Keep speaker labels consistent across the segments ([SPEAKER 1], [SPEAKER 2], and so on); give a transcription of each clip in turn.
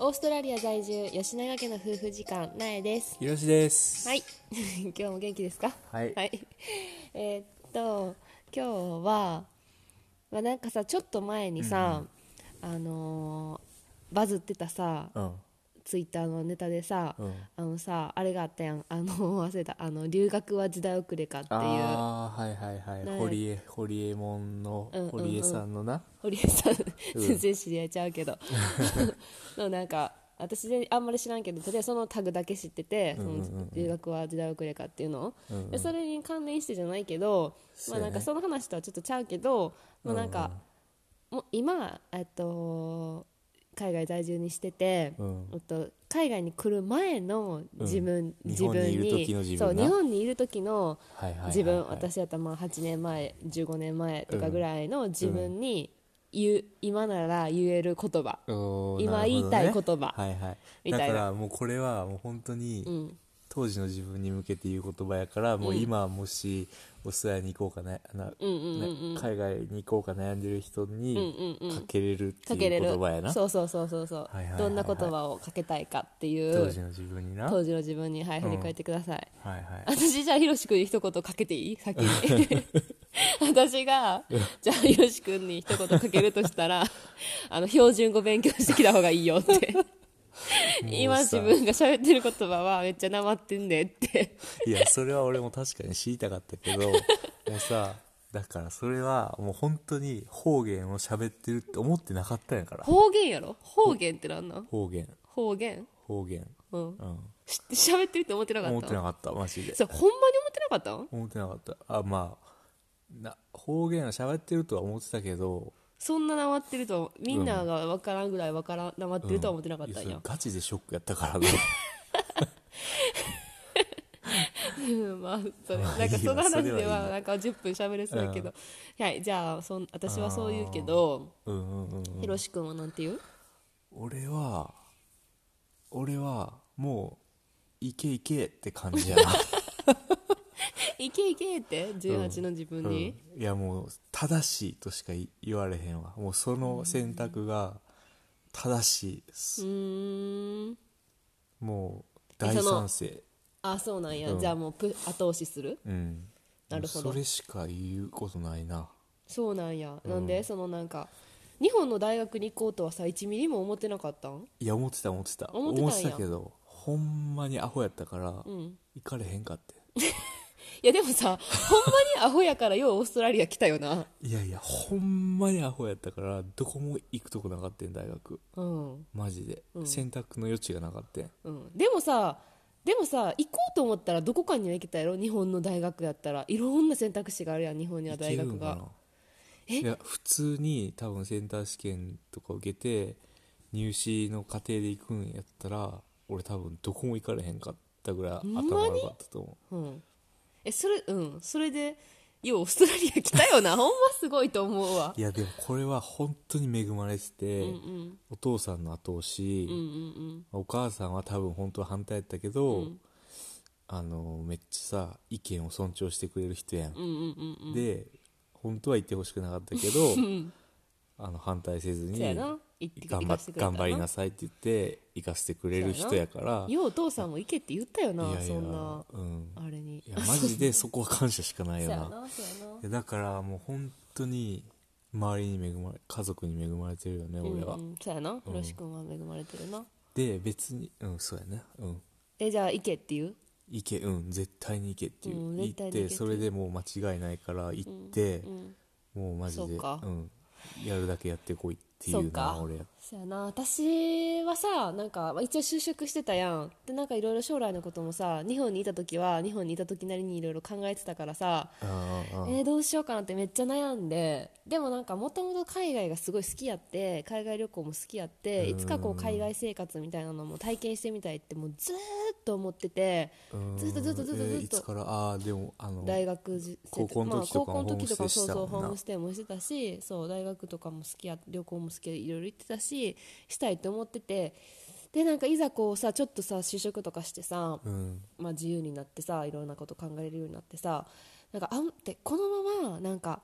[SPEAKER 1] オーストラリア在住吉永家の夫婦時間なえです
[SPEAKER 2] ひろしです。
[SPEAKER 1] はい 今日も元気ですか
[SPEAKER 2] はい
[SPEAKER 1] えーっと今日は、まあ、なんかさちょっと前にさ、あのーバズってたさ
[SPEAKER 2] うん。
[SPEAKER 1] ツイッターのネタでさ、
[SPEAKER 2] うん
[SPEAKER 1] あのさあれがあったやんあの忘れたあの留学は時代遅れかっていう
[SPEAKER 2] ああ、はいはいはい
[SPEAKER 1] ね。
[SPEAKER 2] 堀江、堀江門の
[SPEAKER 1] うんうんうん、
[SPEAKER 2] 堀江さんのな。
[SPEAKER 1] 堀江さん
[SPEAKER 2] うん
[SPEAKER 1] 全然知り合いちゃうけど のなんか私であんまり知らんけどとりあえずそのタグだけ知ってて、
[SPEAKER 2] うんうんうん
[SPEAKER 1] その留学は時代遅れかっていうの、
[SPEAKER 2] うんうん
[SPEAKER 1] でそれに関連してじゃないけど、
[SPEAKER 2] そ
[SPEAKER 1] ま
[SPEAKER 2] う
[SPEAKER 1] あ
[SPEAKER 2] やね
[SPEAKER 1] なんかその話とはちょっとちゃうけど、まあなん
[SPEAKER 2] うん
[SPEAKER 1] か、もう今えっと海外在住にしてて、
[SPEAKER 2] うん
[SPEAKER 1] えっと海外に来る前の自分、
[SPEAKER 2] うん
[SPEAKER 1] 自分に
[SPEAKER 2] 日本にいる時の自分な
[SPEAKER 1] そう日本にいる時の
[SPEAKER 2] はいはいはいはい。
[SPEAKER 1] 自分、私やったらまあ8年前15年前とかぐらいの自分に言う今なら言える言葉、
[SPEAKER 2] おー。
[SPEAKER 1] 今
[SPEAKER 2] なるほどね
[SPEAKER 1] 言いたい言葉
[SPEAKER 2] はいは
[SPEAKER 1] み
[SPEAKER 2] い。
[SPEAKER 1] た
[SPEAKER 2] だ
[SPEAKER 1] いな
[SPEAKER 2] からもうこれはもう本当
[SPEAKER 1] う
[SPEAKER 2] に、
[SPEAKER 1] ん、
[SPEAKER 2] 当時の自分に向けて言う言葉やから、もう今もし、オーストラリアに行こうかな、あの
[SPEAKER 1] うんうんうんうん
[SPEAKER 2] ね海外に行こうか悩んでる人に
[SPEAKER 1] うんうんうん
[SPEAKER 2] かけれるって
[SPEAKER 1] かけ
[SPEAKER 2] い
[SPEAKER 1] れ
[SPEAKER 2] う
[SPEAKER 1] る
[SPEAKER 2] 言葉やな。
[SPEAKER 1] そうそうそうそうそう、
[SPEAKER 2] はいはいはいはい
[SPEAKER 1] どんな言葉をかけたいかっていう
[SPEAKER 2] 当時の自分にな。は
[SPEAKER 1] 当
[SPEAKER 2] い
[SPEAKER 1] 時の自分に、はい、振り返ってください、
[SPEAKER 2] はい。
[SPEAKER 1] 私じゃあひろし君に一言かけていい 先に私がじゃあひろし君に一言かけるとした らあの標準語勉強してきた方がいいよって今自分が喋ってる言葉はめっちゃなまってんでって
[SPEAKER 2] いやそれは俺も確かに知りたかったけどもうさだからそれはもう本当に方言を喋ってるって思ってなかったんやから
[SPEAKER 1] 方言やろ方言ってなんなん
[SPEAKER 2] 方言
[SPEAKER 1] 方言
[SPEAKER 2] 方言
[SPEAKER 1] うん
[SPEAKER 2] うん
[SPEAKER 1] し喋ってるって思ってなかった
[SPEAKER 2] 思ってなかったマジで
[SPEAKER 1] そうほんまに思ってなかったん
[SPEAKER 2] 思ってなかったあまあな方言を喋ってるとは思ってたけど
[SPEAKER 1] そんななまってるとみんながわからんぐらいわからんなまってるとは思ってなかったん
[SPEAKER 2] いや
[SPEAKER 1] や
[SPEAKER 2] それ、ガチでショックやっ たからね
[SPEAKER 1] うん まあそれ
[SPEAKER 2] ま
[SPEAKER 1] な
[SPEAKER 2] あ
[SPEAKER 1] んか
[SPEAKER 2] いい
[SPEAKER 1] そ
[SPEAKER 2] や
[SPEAKER 1] の
[SPEAKER 2] そ
[SPEAKER 1] 話
[SPEAKER 2] れ
[SPEAKER 1] で
[SPEAKER 2] はいい
[SPEAKER 1] はなんか10分喋れそうやけど、はいじゃあそん私はそう言うけど
[SPEAKER 2] うんうんうんうん
[SPEAKER 1] ひろし君はなんて言う
[SPEAKER 2] 俺は俺はもういけいけって感じやな
[SPEAKER 1] いけいけって18の自分に、
[SPEAKER 2] うんいやもう正しいとしかい言われへんわもうその選択が正しいです、
[SPEAKER 1] うーん
[SPEAKER 2] もう大賛成
[SPEAKER 1] あそうなんや、
[SPEAKER 2] うん
[SPEAKER 1] じゃあもうプ後押しする
[SPEAKER 2] うん
[SPEAKER 1] なるほど
[SPEAKER 2] もうそれしか言うことないな
[SPEAKER 1] そうなんや、なんでそのなんか日本の大学に行こうとはさ1ミリも思ってなかったん
[SPEAKER 2] いや思ってた思ってた
[SPEAKER 1] 思ってたんや
[SPEAKER 2] けどほんまにアホやったから、
[SPEAKER 1] ん
[SPEAKER 2] 行かれへんかって
[SPEAKER 1] いやでも さほんまにアホやからようオーストラリア来たよない
[SPEAKER 2] やいやほんまにアホやったからどこも行くとこなかったん大学
[SPEAKER 1] うん
[SPEAKER 2] マジで、選択の余地がなかったん
[SPEAKER 1] うんでもさでもさ行こうと思ったらどこかには行けたやろ日本の大学やったらいろんな選択肢があるやん日本には大学が
[SPEAKER 2] いけるんかないや普通に多分センター試験とか受けて入試の過程で行くんやったら俺多分どこも行かれへんかったぐらい
[SPEAKER 1] んま
[SPEAKER 2] 頭
[SPEAKER 1] に
[SPEAKER 2] 悪かったと思
[SPEAKER 1] うんえそれうんそれでようオーストラリア来たよ なほんますごいと思うわ
[SPEAKER 2] ういやでもこれは本当に恵まれてて、
[SPEAKER 1] うんうん
[SPEAKER 2] お父さんの後押し、
[SPEAKER 1] うんうん
[SPEAKER 2] お母さんは多分本当は反対やったけど、
[SPEAKER 1] うん
[SPEAKER 2] あのめっちゃさ意見を尊重してくれる人やん、
[SPEAKER 1] うんうんうんうん
[SPEAKER 2] で本当は行ってほしくなかったけ ど
[SPEAKER 1] うん
[SPEAKER 2] あの反対せずに
[SPEAKER 1] そうやな行って
[SPEAKER 2] 頑張
[SPEAKER 1] 行か
[SPEAKER 2] っ
[SPEAKER 1] せてくれた
[SPEAKER 2] 頑張りなさいって言って行かせてくれる人やから
[SPEAKER 1] ようお父さんも行けって言ったよない
[SPEAKER 2] やいや
[SPEAKER 1] そんな
[SPEAKER 2] うん、
[SPEAKER 1] あれに
[SPEAKER 2] いやマジでそこは感謝しかない
[SPEAKER 1] そう
[SPEAKER 2] よ
[SPEAKER 1] や
[SPEAKER 2] な
[SPEAKER 1] なそうやない
[SPEAKER 2] やだからもう本当に周りに恵まれ家族に恵まれてるよね俺は、
[SPEAKER 1] うんうん、そうやなひろし君は恵まれてるな、
[SPEAKER 2] で別にうんそうやねうん
[SPEAKER 1] えじゃあ行けっていう
[SPEAKER 2] 行けうん絶対に行けっていう、
[SPEAKER 1] うん
[SPEAKER 2] 行
[SPEAKER 1] 絶対
[SPEAKER 2] っ
[SPEAKER 1] に行けっていう
[SPEAKER 2] てそれでもう間違いないから行って、
[SPEAKER 1] うん
[SPEAKER 2] もうマジで
[SPEAKER 1] そうか
[SPEAKER 2] ん、やるだけやってこいってい
[SPEAKER 1] そう
[SPEAKER 2] う
[SPEAKER 1] か
[SPEAKER 2] な俺や
[SPEAKER 1] そうやな私はさなんかまあ一応就職してたやんでなんかいろいろ将来のこともさ日本にいた時は日本にいた時なりにいろいろ考えてたからさ、
[SPEAKER 2] ああああ
[SPEAKER 1] えーどうしようかなってめっちゃ悩んででもなんかもともと海外がすごい好きやって海外旅行も好きやっていつかこう海外生活みたいなのも体験してみたいってもうずーっと思ってて
[SPEAKER 2] うん
[SPEAKER 1] ずっとずっとずっとずっと
[SPEAKER 2] えーいつからああでもあの
[SPEAKER 1] 大学時
[SPEAKER 2] 高校の時とか
[SPEAKER 1] まあ、高
[SPEAKER 2] も
[SPEAKER 1] 校の時とかも
[SPEAKER 2] ホー
[SPEAKER 1] そうそうんホー
[SPEAKER 2] ムステイしてたもな
[SPEAKER 1] ムステイもしてたしそう大学とかも好きや旅行も好きでいろいろ行ってたししたいと思っててでなんかいざこうさちょっとさ就職とかしてさ、
[SPEAKER 2] うん
[SPEAKER 1] まあ、自由になってさいろんなこと考えれるようになってさなんかあんってこのままなんか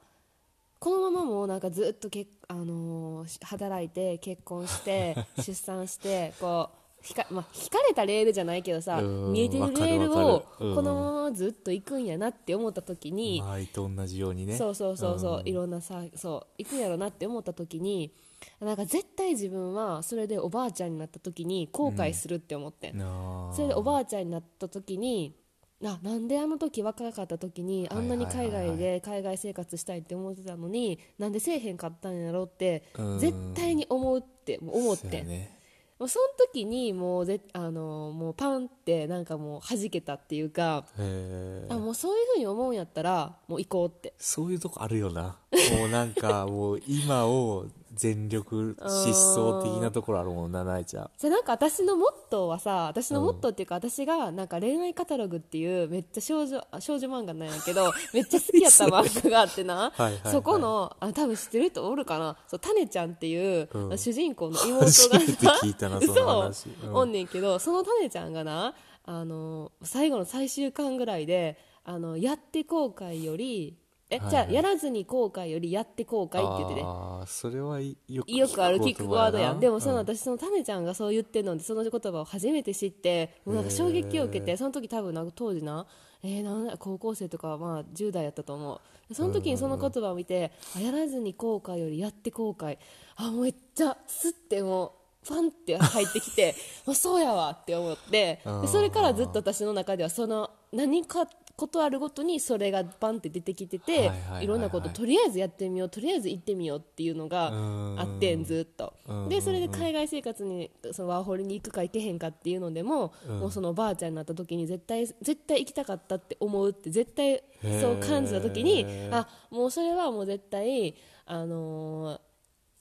[SPEAKER 1] このままもうなんかずっとけ、あのーし働いて結婚して 出産してこうひか,、まあ、ひかれたレールじゃないけどさ
[SPEAKER 2] うん
[SPEAKER 1] 見えてるレール
[SPEAKER 2] わ
[SPEAKER 1] を
[SPEAKER 2] かるわかるうん
[SPEAKER 1] このままずっと行くんやなって思った時に、
[SPEAKER 2] 周りと同じようにね
[SPEAKER 1] そうそうそうそう、
[SPEAKER 2] ん
[SPEAKER 1] いろんなさそう行くんやろなって思った時になんか絶対自分はそれでおばあちゃんになった時に後悔するって思ってん、
[SPEAKER 2] なあ
[SPEAKER 1] それでおばあちゃんになった時にあなんであの時若かった時にあんなに
[SPEAKER 2] はいはい
[SPEAKER 1] 海
[SPEAKER 2] はいは
[SPEAKER 1] 外
[SPEAKER 2] い
[SPEAKER 1] で海外生活したいって思ってたのになんでせえへんかったんやろうって
[SPEAKER 2] うん
[SPEAKER 1] 絶対に思うってもう思っ
[SPEAKER 2] そう
[SPEAKER 1] て
[SPEAKER 2] や
[SPEAKER 1] ん
[SPEAKER 2] ね
[SPEAKER 1] もうその時にもうぜあのもうパンってなんかもう弾けたっていうか
[SPEAKER 2] へえ
[SPEAKER 1] あもうそういうふうに思うんやったらもう行こうって
[SPEAKER 2] そういうとこあるよなもうなんかもう今を全力疾走的なところあるもんななえちゃん
[SPEAKER 1] じゃあなんか私のモットーはさ私のモットーっていうか、私がなんか恋愛カタログっていうめっちゃ少女あ少女漫画なんやけ どめっちゃ好きやった漫画があってな
[SPEAKER 2] はいはいはい
[SPEAKER 1] そこのあ多分知ってる人おるかなそうタネちゃんっていう、
[SPEAKER 2] うん
[SPEAKER 1] 主人公の妹が
[SPEAKER 2] 初めて
[SPEAKER 1] さ
[SPEAKER 2] 聞いたなそ
[SPEAKER 1] 嘘
[SPEAKER 2] の話うん
[SPEAKER 1] おんねんけどそのタネちゃんがなあの最後の最終巻ぐらいであのやって後悔よりえ、
[SPEAKER 2] はいはい
[SPEAKER 1] じゃあやらずに後悔よりやって後悔って言ってて、
[SPEAKER 2] ああそれはいよく
[SPEAKER 1] よくあるキックワードやんでもその
[SPEAKER 2] の
[SPEAKER 1] 私そのタネちゃんがそう言ってるのでその言葉を初めて知ってもうなんか衝撃を受け
[SPEAKER 2] へ
[SPEAKER 1] て
[SPEAKER 2] ー
[SPEAKER 1] その時多分なんか当時な,、えーなんだ高校生とかまあ10代やったと思うその時にその言葉を見てあやらずに後悔よりやって後悔あもうめっちゃすってもうファンって入ってき てもうそうやわって思って
[SPEAKER 2] あー
[SPEAKER 1] でそれからずっと私の中ではその何かことあるごとにそれがバンって出てきて
[SPEAKER 2] はい
[SPEAKER 1] て
[SPEAKER 2] はいはいはい
[SPEAKER 1] いろんなこととりあえずやってみようとりあえず行ってみようっていうのが
[SPEAKER 2] うん
[SPEAKER 1] あってんずっと
[SPEAKER 2] うん
[SPEAKER 1] でそれで海外生活にそのワーホリに行くか行けへんかっていうのでも、
[SPEAKER 2] うん
[SPEAKER 1] もうそのおばあちゃんになった時に絶対絶対行きたかったって思うって絶対そう感じた時に
[SPEAKER 2] へー
[SPEAKER 1] あもうそれはもう絶対あのー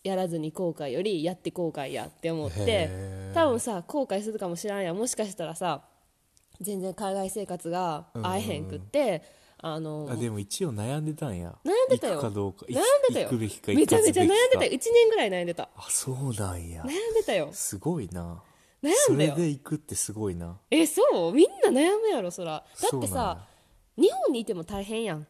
[SPEAKER 1] やらずに後悔よりやって後悔やって思って
[SPEAKER 2] へー
[SPEAKER 1] 多分さ後悔するかもしらんやんもしかしたらさ全然海外生活が合えへんくって、あのー
[SPEAKER 2] あでも一応悩んでたんや
[SPEAKER 1] 悩んでたよ
[SPEAKER 2] 行くかどうか
[SPEAKER 1] 悩んでたよ
[SPEAKER 2] 行くべきか
[SPEAKER 1] めちゃめちゃ悩んでた
[SPEAKER 2] よ
[SPEAKER 1] よ1年ぐらい悩んでた
[SPEAKER 2] あそうなんや
[SPEAKER 1] 悩んでたよ
[SPEAKER 2] すごいな
[SPEAKER 1] 悩んだよ
[SPEAKER 2] それで行くってすごいな
[SPEAKER 1] えそうみんな悩むやろそらだ
[SPEAKER 2] そう
[SPEAKER 1] っ
[SPEAKER 2] な
[SPEAKER 1] て
[SPEAKER 2] ん
[SPEAKER 1] さ
[SPEAKER 2] や
[SPEAKER 1] 日本にいても大変やん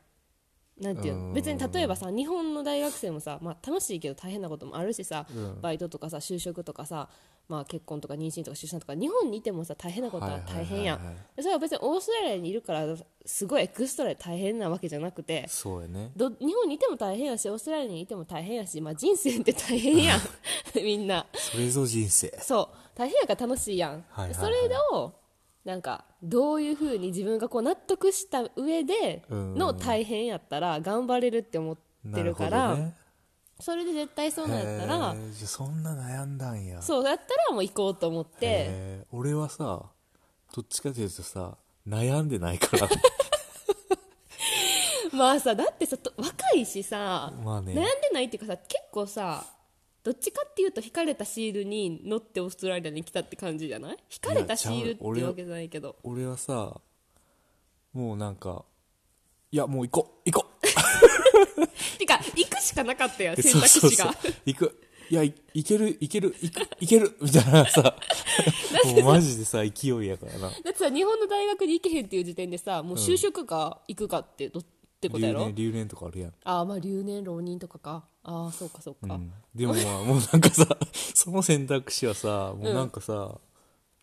[SPEAKER 1] なんていう
[SPEAKER 2] う
[SPEAKER 1] の
[SPEAKER 2] ん
[SPEAKER 1] 別に例えばさ日本の大学生もさ、まあ、楽しいけど大変なこともあるしさ、
[SPEAKER 2] うん
[SPEAKER 1] バイトとかさ就職とかさ、まあ、結婚とか妊娠とか出産とか日本にいてもさ大変なことは大変やん、
[SPEAKER 2] はいはいはいはい
[SPEAKER 1] でそれは別にオーストラリアにいるからすごいエクストラで大変なわけじゃなくて
[SPEAKER 2] そうやね
[SPEAKER 1] ど日本にいても大変やしオーストラリアにいても大変やし、まあ、人生って大変 やんみんな。
[SPEAKER 2] それぞ人生
[SPEAKER 1] そう大変やから楽しいやん、
[SPEAKER 2] はいはいはい
[SPEAKER 1] それをなんかどういうふうに自分がこう納得した上で
[SPEAKER 2] うん
[SPEAKER 1] の大変やったら頑張れるって思ってるから
[SPEAKER 2] なる
[SPEAKER 1] それで絶対そう
[SPEAKER 2] ほど
[SPEAKER 1] なん
[SPEAKER 2] ね
[SPEAKER 1] やったら
[SPEAKER 2] へーじゃあそんな悩んだんや
[SPEAKER 1] そうだったらもう行こうと思って
[SPEAKER 2] へー俺はさどっちかというとさ悩んでないから
[SPEAKER 1] まあさだってさと若いしさ、
[SPEAKER 2] まあ
[SPEAKER 1] 悩
[SPEAKER 2] ね
[SPEAKER 1] んでないっていうかさ結構さどっちかっていうと引かれたシールに乗ってオーストラリアに来たって感じじゃない引かれたシールっていうわけじゃないけど
[SPEAKER 2] 俺はさもうなんかいやもう行こう行こう
[SPEAKER 1] てか行くしかなかったやん
[SPEAKER 2] で
[SPEAKER 1] 選択肢が
[SPEAKER 2] そうそうそう行くいやい行ける行ける行く行けるみたいな さもうマジでさ勢いやからな
[SPEAKER 1] だってさ日本の大学に行けへんっていう時点でさもう就職か行くかってどってことや
[SPEAKER 2] 留
[SPEAKER 1] ろ
[SPEAKER 2] 年留年とかあるやん
[SPEAKER 1] ああまあ留年浪人とかかああそうかそうか、
[SPEAKER 2] うんでもまあもうなんかさ その選択肢はさもうなんかさ、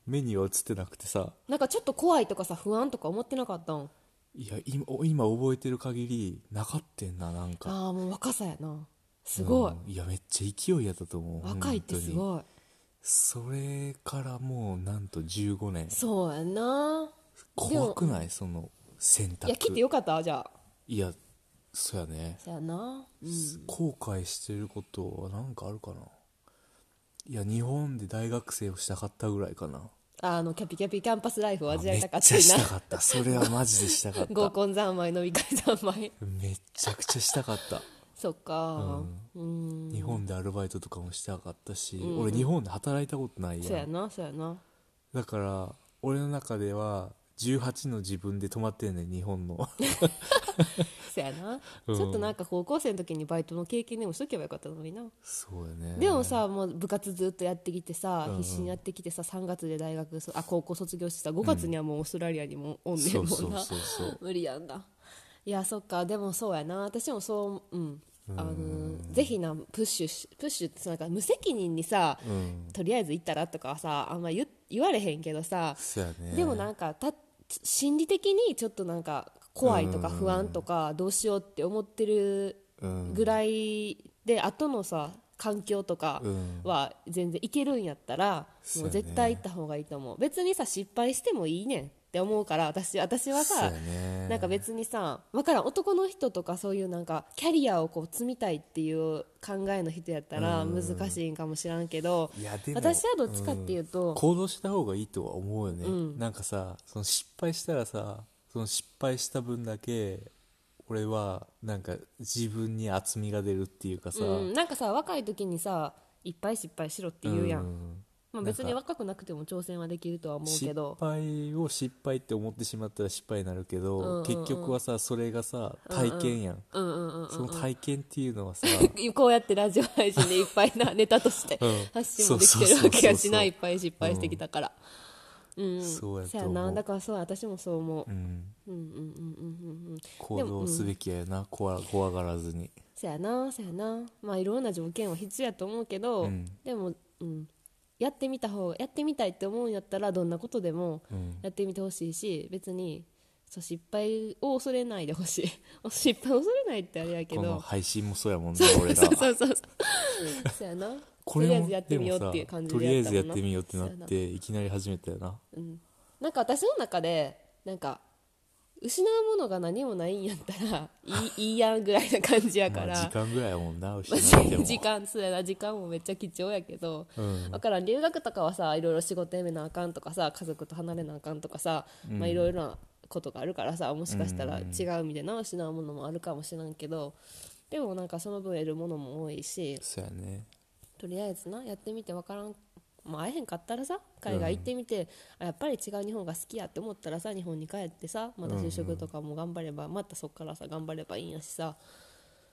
[SPEAKER 2] 目には映ってなくてさ
[SPEAKER 1] なんかちょっと怖いとかさ不安とか思ってなかったん
[SPEAKER 2] いや今今覚えてる限りなかってんななんか
[SPEAKER 1] ああもう若さやなすごい、
[SPEAKER 2] うんいやめっちゃ勢いやったと思う
[SPEAKER 1] 若いってす
[SPEAKER 2] い
[SPEAKER 1] ごい
[SPEAKER 2] それからもうなんと15年
[SPEAKER 1] そうやな
[SPEAKER 2] 怖くないその選択
[SPEAKER 1] いや来てよかったじゃあ
[SPEAKER 2] いやそうやね、
[SPEAKER 1] そうやな
[SPEAKER 2] 後悔してることはなんかあるかないや日本で大学生をしたかったぐらいかな
[SPEAKER 1] あのキャピキャピキャンパスライフを味わ
[SPEAKER 2] め
[SPEAKER 1] い
[SPEAKER 2] った
[SPEAKER 1] かっ
[SPEAKER 2] ち
[SPEAKER 1] た
[SPEAKER 2] ゃ
[SPEAKER 1] な
[SPEAKER 2] したかったそれはマジでしたかっ
[SPEAKER 1] 合
[SPEAKER 2] た
[SPEAKER 1] コン三昧飲み会三昧
[SPEAKER 2] めっちゃくちゃしたかった
[SPEAKER 1] そっかうん
[SPEAKER 2] 日本でアルバイトとかもしたかったし、俺日本で働いたことない
[SPEAKER 1] そう
[SPEAKER 2] や
[SPEAKER 1] や
[SPEAKER 2] ん
[SPEAKER 1] なそうやな
[SPEAKER 2] だから俺の中では18の自分で泊まってんねん日 本の
[SPEAKER 1] そやな、
[SPEAKER 2] うん
[SPEAKER 1] ちょっとなんか高校生の時にバイトの経験でもしとけばよかったのにな、
[SPEAKER 2] そうやね
[SPEAKER 1] でもさもう部活ずっとやってきてさ、
[SPEAKER 2] うん
[SPEAKER 1] 必死にやってきてさ3月で大学そあ高校卒業してさ5月にはもうオーストラリアにもおんねんも
[SPEAKER 2] そうん
[SPEAKER 1] な
[SPEAKER 2] そうそうそう
[SPEAKER 1] 無理やんだいやそっかでもそうやな私もそううんあのぜひなプッシュしプッシュってなんか無責任にさ、
[SPEAKER 2] うん
[SPEAKER 1] とりあえず行ったらとかはさあんま言言われへんけどさ、
[SPEAKER 2] そやね
[SPEAKER 1] でもなんかた心理的にちょっとなんか怖いとか
[SPEAKER 2] うん
[SPEAKER 1] 不安とかどうしようって思ってる
[SPEAKER 2] うん
[SPEAKER 1] ぐらいで後のさ環境とか
[SPEAKER 2] うん
[SPEAKER 1] は全然いけるんやったら、
[SPEAKER 2] そ
[SPEAKER 1] も
[SPEAKER 2] うや
[SPEAKER 1] う
[SPEAKER 2] ね
[SPEAKER 1] 絶対行った方がいいと思う別にさ失敗してもいいねんって思うから私私は
[SPEAKER 2] そうや
[SPEAKER 1] さ、
[SPEAKER 2] ね
[SPEAKER 1] なんか別にさ分からん男の人とかそういうなんかキャリアをこう積みたいっていう考えの人やったら難しいんかもしらんけど、
[SPEAKER 2] いやでも
[SPEAKER 1] 私はどっちかっていうと、
[SPEAKER 2] 行動した方がいいとは思うよね、なんかさその失敗したらさその失敗した分だけ俺はなんか自分に厚みが出るっていうかさ、
[SPEAKER 1] うん、なんかさ若い時にさいっぱい失敗しろって言うやん、
[SPEAKER 2] うん
[SPEAKER 1] まあ、別に若くなくても挑戦はできるとは思うけ
[SPEAKER 2] 失
[SPEAKER 1] ど
[SPEAKER 2] 敗を失敗って思ってしまったら失敗になるけど、
[SPEAKER 1] うんうん
[SPEAKER 2] 結局はさそれがさ体験やん,、
[SPEAKER 1] うんうんうん
[SPEAKER 2] その体験っていうの はさ
[SPEAKER 1] こうやってラジオ配信でいっぱいなネタとして
[SPEAKER 2] うん
[SPEAKER 1] 発信もできてるわけやしな
[SPEAKER 2] そうそうそうそう
[SPEAKER 1] いっぱい失敗してきたからうん
[SPEAKER 2] そうやと
[SPEAKER 1] そや
[SPEAKER 2] 思う
[SPEAKER 1] なだからそう私もそう思う
[SPEAKER 2] うん
[SPEAKER 1] うんうんうんうんうんうん
[SPEAKER 2] 行動すべきやよな、怖怖がらずに
[SPEAKER 1] そやなそやなまあいろんな条件は必要やと思うけど、
[SPEAKER 2] うん
[SPEAKER 1] でも、うん、やってみた方がやってみたいって思うんやったらどんなことでも
[SPEAKER 2] うん
[SPEAKER 1] やってみてほしいし別にそう失敗を恐れないでほしい 失敗を恐れないってあれやけ
[SPEAKER 2] こ の
[SPEAKER 1] ど
[SPEAKER 2] 配信もそうやもんね俺ら
[SPEAKER 1] そうそうそうそうそやな
[SPEAKER 2] こと
[SPEAKER 1] り
[SPEAKER 2] れ
[SPEAKER 1] あえ
[SPEAKER 2] も
[SPEAKER 1] ずやってみようっていう感じ
[SPEAKER 2] でもさと
[SPEAKER 1] で
[SPEAKER 2] りあ
[SPEAKER 1] や
[SPEAKER 2] え
[SPEAKER 1] った
[SPEAKER 2] ず
[SPEAKER 1] も
[SPEAKER 2] やっ
[SPEAKER 1] んな
[SPEAKER 2] てみようってなっ
[SPEAKER 1] そや
[SPEAKER 2] ていきなり始めたよな
[SPEAKER 1] うん、なんか私の中でなんか失うものが何もないんやったらいいいいやんぐらいな感じやから、
[SPEAKER 2] まあ、時間ぐらいやも んな
[SPEAKER 1] まあ
[SPEAKER 2] 失っても
[SPEAKER 1] 時間そうやな時間もめっちゃ貴重やけど、
[SPEAKER 2] うん
[SPEAKER 1] だからん留学とかはさいろいろ仕事辞めなあかんとかさ家族と離れなあかんとかさ、まあ、いろいろなことがあるからさもしかしたら違う意味でな失うものもあるかもしれんけどでもなんかその分得るものも多いし
[SPEAKER 2] そうやね
[SPEAKER 1] とりあえずなやってみてわからん、まあ、会えへんかったらさ海外行ってみて、あやっぱり違う日本が好きやって思ったらさ日本に帰ってさまた就職とかも頑張れば、またそっからさ頑張ればいいんやしさ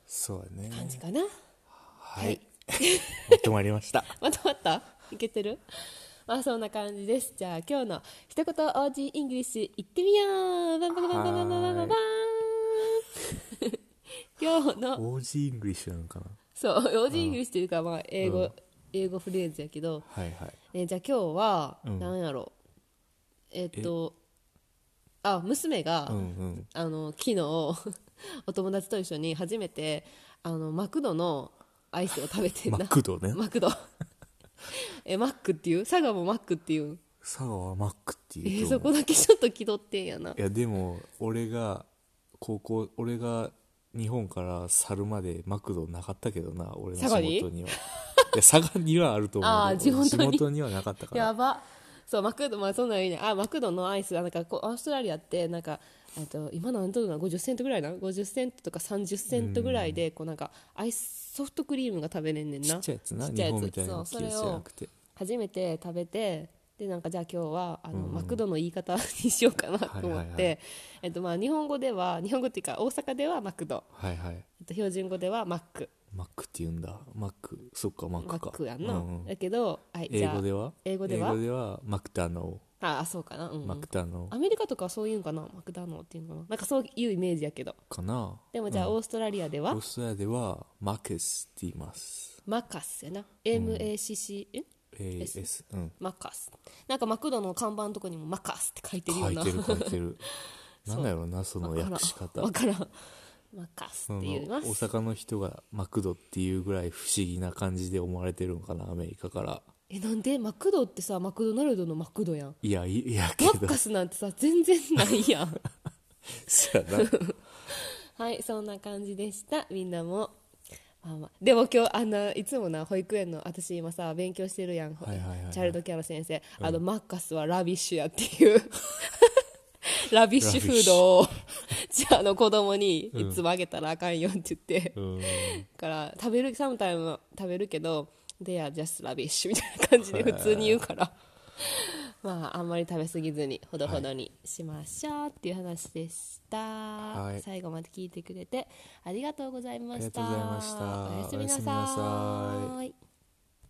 [SPEAKER 2] そうやね
[SPEAKER 1] 感じかな。
[SPEAKER 2] はい、
[SPEAKER 1] は
[SPEAKER 2] はい い、まとまりました
[SPEAKER 1] まとまったいけてるまあそんな感じですじゃあ今日の一言 OG イングリッシュいってみようバンバンバンバンバンバンバン バンバン今日の
[SPEAKER 2] オージーイングリッシュなのかな
[SPEAKER 1] そう OG イングリッシュというかまあ英語、
[SPEAKER 2] うん
[SPEAKER 1] 英語フレーズやけど、
[SPEAKER 2] はいはい
[SPEAKER 1] えーじゃあ今日は
[SPEAKER 2] うん
[SPEAKER 1] 何やろう、えっとあ娘が、
[SPEAKER 2] うんうん
[SPEAKER 1] あの昨日 お友達と一緒に初めてあのマクドのアイスを食べてん
[SPEAKER 2] マ
[SPEAKER 1] な
[SPEAKER 2] クドね
[SPEAKER 1] マクド えマックっていう佐賀もマックっていうん
[SPEAKER 2] 佐賀はマックって
[SPEAKER 1] え
[SPEAKER 2] いうと
[SPEAKER 1] そ
[SPEAKER 2] 思
[SPEAKER 1] こ
[SPEAKER 2] う
[SPEAKER 1] だけちょっと気取ってんやない
[SPEAKER 2] やでも俺が高校俺が日本から去るまでマクドなかったけどな俺の地
[SPEAKER 1] 佐賀に
[SPEAKER 2] 元にはいや佐賀にはあると思 う
[SPEAKER 1] あー地
[SPEAKER 2] けど
[SPEAKER 1] 元に
[SPEAKER 2] 地元にはなかったから
[SPEAKER 1] やばそうマクドまあそんなんいいねあマクドのアイスなんかこうオーストラリアってなんかえっと今何ドルなの50セントぐらいな50セントとか30セントぐらいでこうなんかアイスソフトクリームが食べれんねんな
[SPEAKER 2] ちっちゃいやつな
[SPEAKER 1] ちっちゃいや
[SPEAKER 2] 日本み
[SPEAKER 1] つ
[SPEAKER 2] たいな
[SPEAKER 1] そう
[SPEAKER 2] 大き
[SPEAKER 1] そ
[SPEAKER 2] いや
[SPEAKER 1] れ
[SPEAKER 2] つじゃな
[SPEAKER 1] を
[SPEAKER 2] くて
[SPEAKER 1] 初めて食べてでなんかじゃあ今日はあの、マクドの言い方にしようかなと思って、
[SPEAKER 2] はいはいはい
[SPEAKER 1] えっと、まあ日本語では日本語っていうか大阪ではマクド、
[SPEAKER 2] はいはい
[SPEAKER 1] えっと、標準語ではマック
[SPEAKER 2] マックって言うんだマックそっかマッ
[SPEAKER 1] マ
[SPEAKER 2] クか
[SPEAKER 1] ックやんな、
[SPEAKER 2] うんうん
[SPEAKER 1] だけど、はい、じ
[SPEAKER 2] 英
[SPEAKER 1] ゃあ
[SPEAKER 2] 語では
[SPEAKER 1] 英語では
[SPEAKER 2] マクダノ
[SPEAKER 1] ああそうかな、うんう
[SPEAKER 2] ー
[SPEAKER 1] ん
[SPEAKER 2] マクダノ
[SPEAKER 1] アメリカとかはそういうんかなマクダノっていうのかななんかそういうイメージやけど
[SPEAKER 2] ーかな
[SPEAKER 1] でもじゃあオーストラリアでは、
[SPEAKER 2] オーストラリアではマクスって言います
[SPEAKER 1] マカスやな MACC、え
[SPEAKER 2] AS うん
[SPEAKER 1] マカスなんかマクドの看板のとこにもマカスって書いてるよ
[SPEAKER 2] 書
[SPEAKER 1] う
[SPEAKER 2] い
[SPEAKER 1] な
[SPEAKER 2] てる書い てるなんだろうなその
[SPEAKER 1] わからん
[SPEAKER 2] 訳し方
[SPEAKER 1] わからんマカス
[SPEAKER 2] そ
[SPEAKER 1] っ
[SPEAKER 2] の
[SPEAKER 1] て言い
[SPEAKER 2] 大
[SPEAKER 1] ます
[SPEAKER 2] 阪の人がマクドっていうぐらい不思議な感じで思われてるのかなアメリカから
[SPEAKER 1] えなんでマクドってさマクドナルドのマクドやん
[SPEAKER 2] いやいいやけ
[SPEAKER 1] マ
[SPEAKER 2] ど
[SPEAKER 1] ッカスなんてさ全然ないやん
[SPEAKER 2] そうやな
[SPEAKER 1] はいそんな感じでしたみんなも、まあまあ、でも今日あんないつもな保育園の私今さ勉強してるやん、
[SPEAKER 2] はいはいはいはい
[SPEAKER 1] チャイルドキャラ先生、あのマッカスはラビッシュやって いうラビッシュフードを じゃああの子供にいつもあげたらあかんよって言って、
[SPEAKER 2] うん
[SPEAKER 1] から食べるサムタイムは食べるけど「They are just rubbish」みたいな感じで普通に言うからまああんまり食べ過ぎずにほどほどにしましょうっていう話でした、
[SPEAKER 2] い
[SPEAKER 1] 最後まで聞いてくれてありがとうございました
[SPEAKER 2] ありがとうございました
[SPEAKER 1] おやすみなさ
[SPEAKER 2] おやすみな
[SPEAKER 1] ーい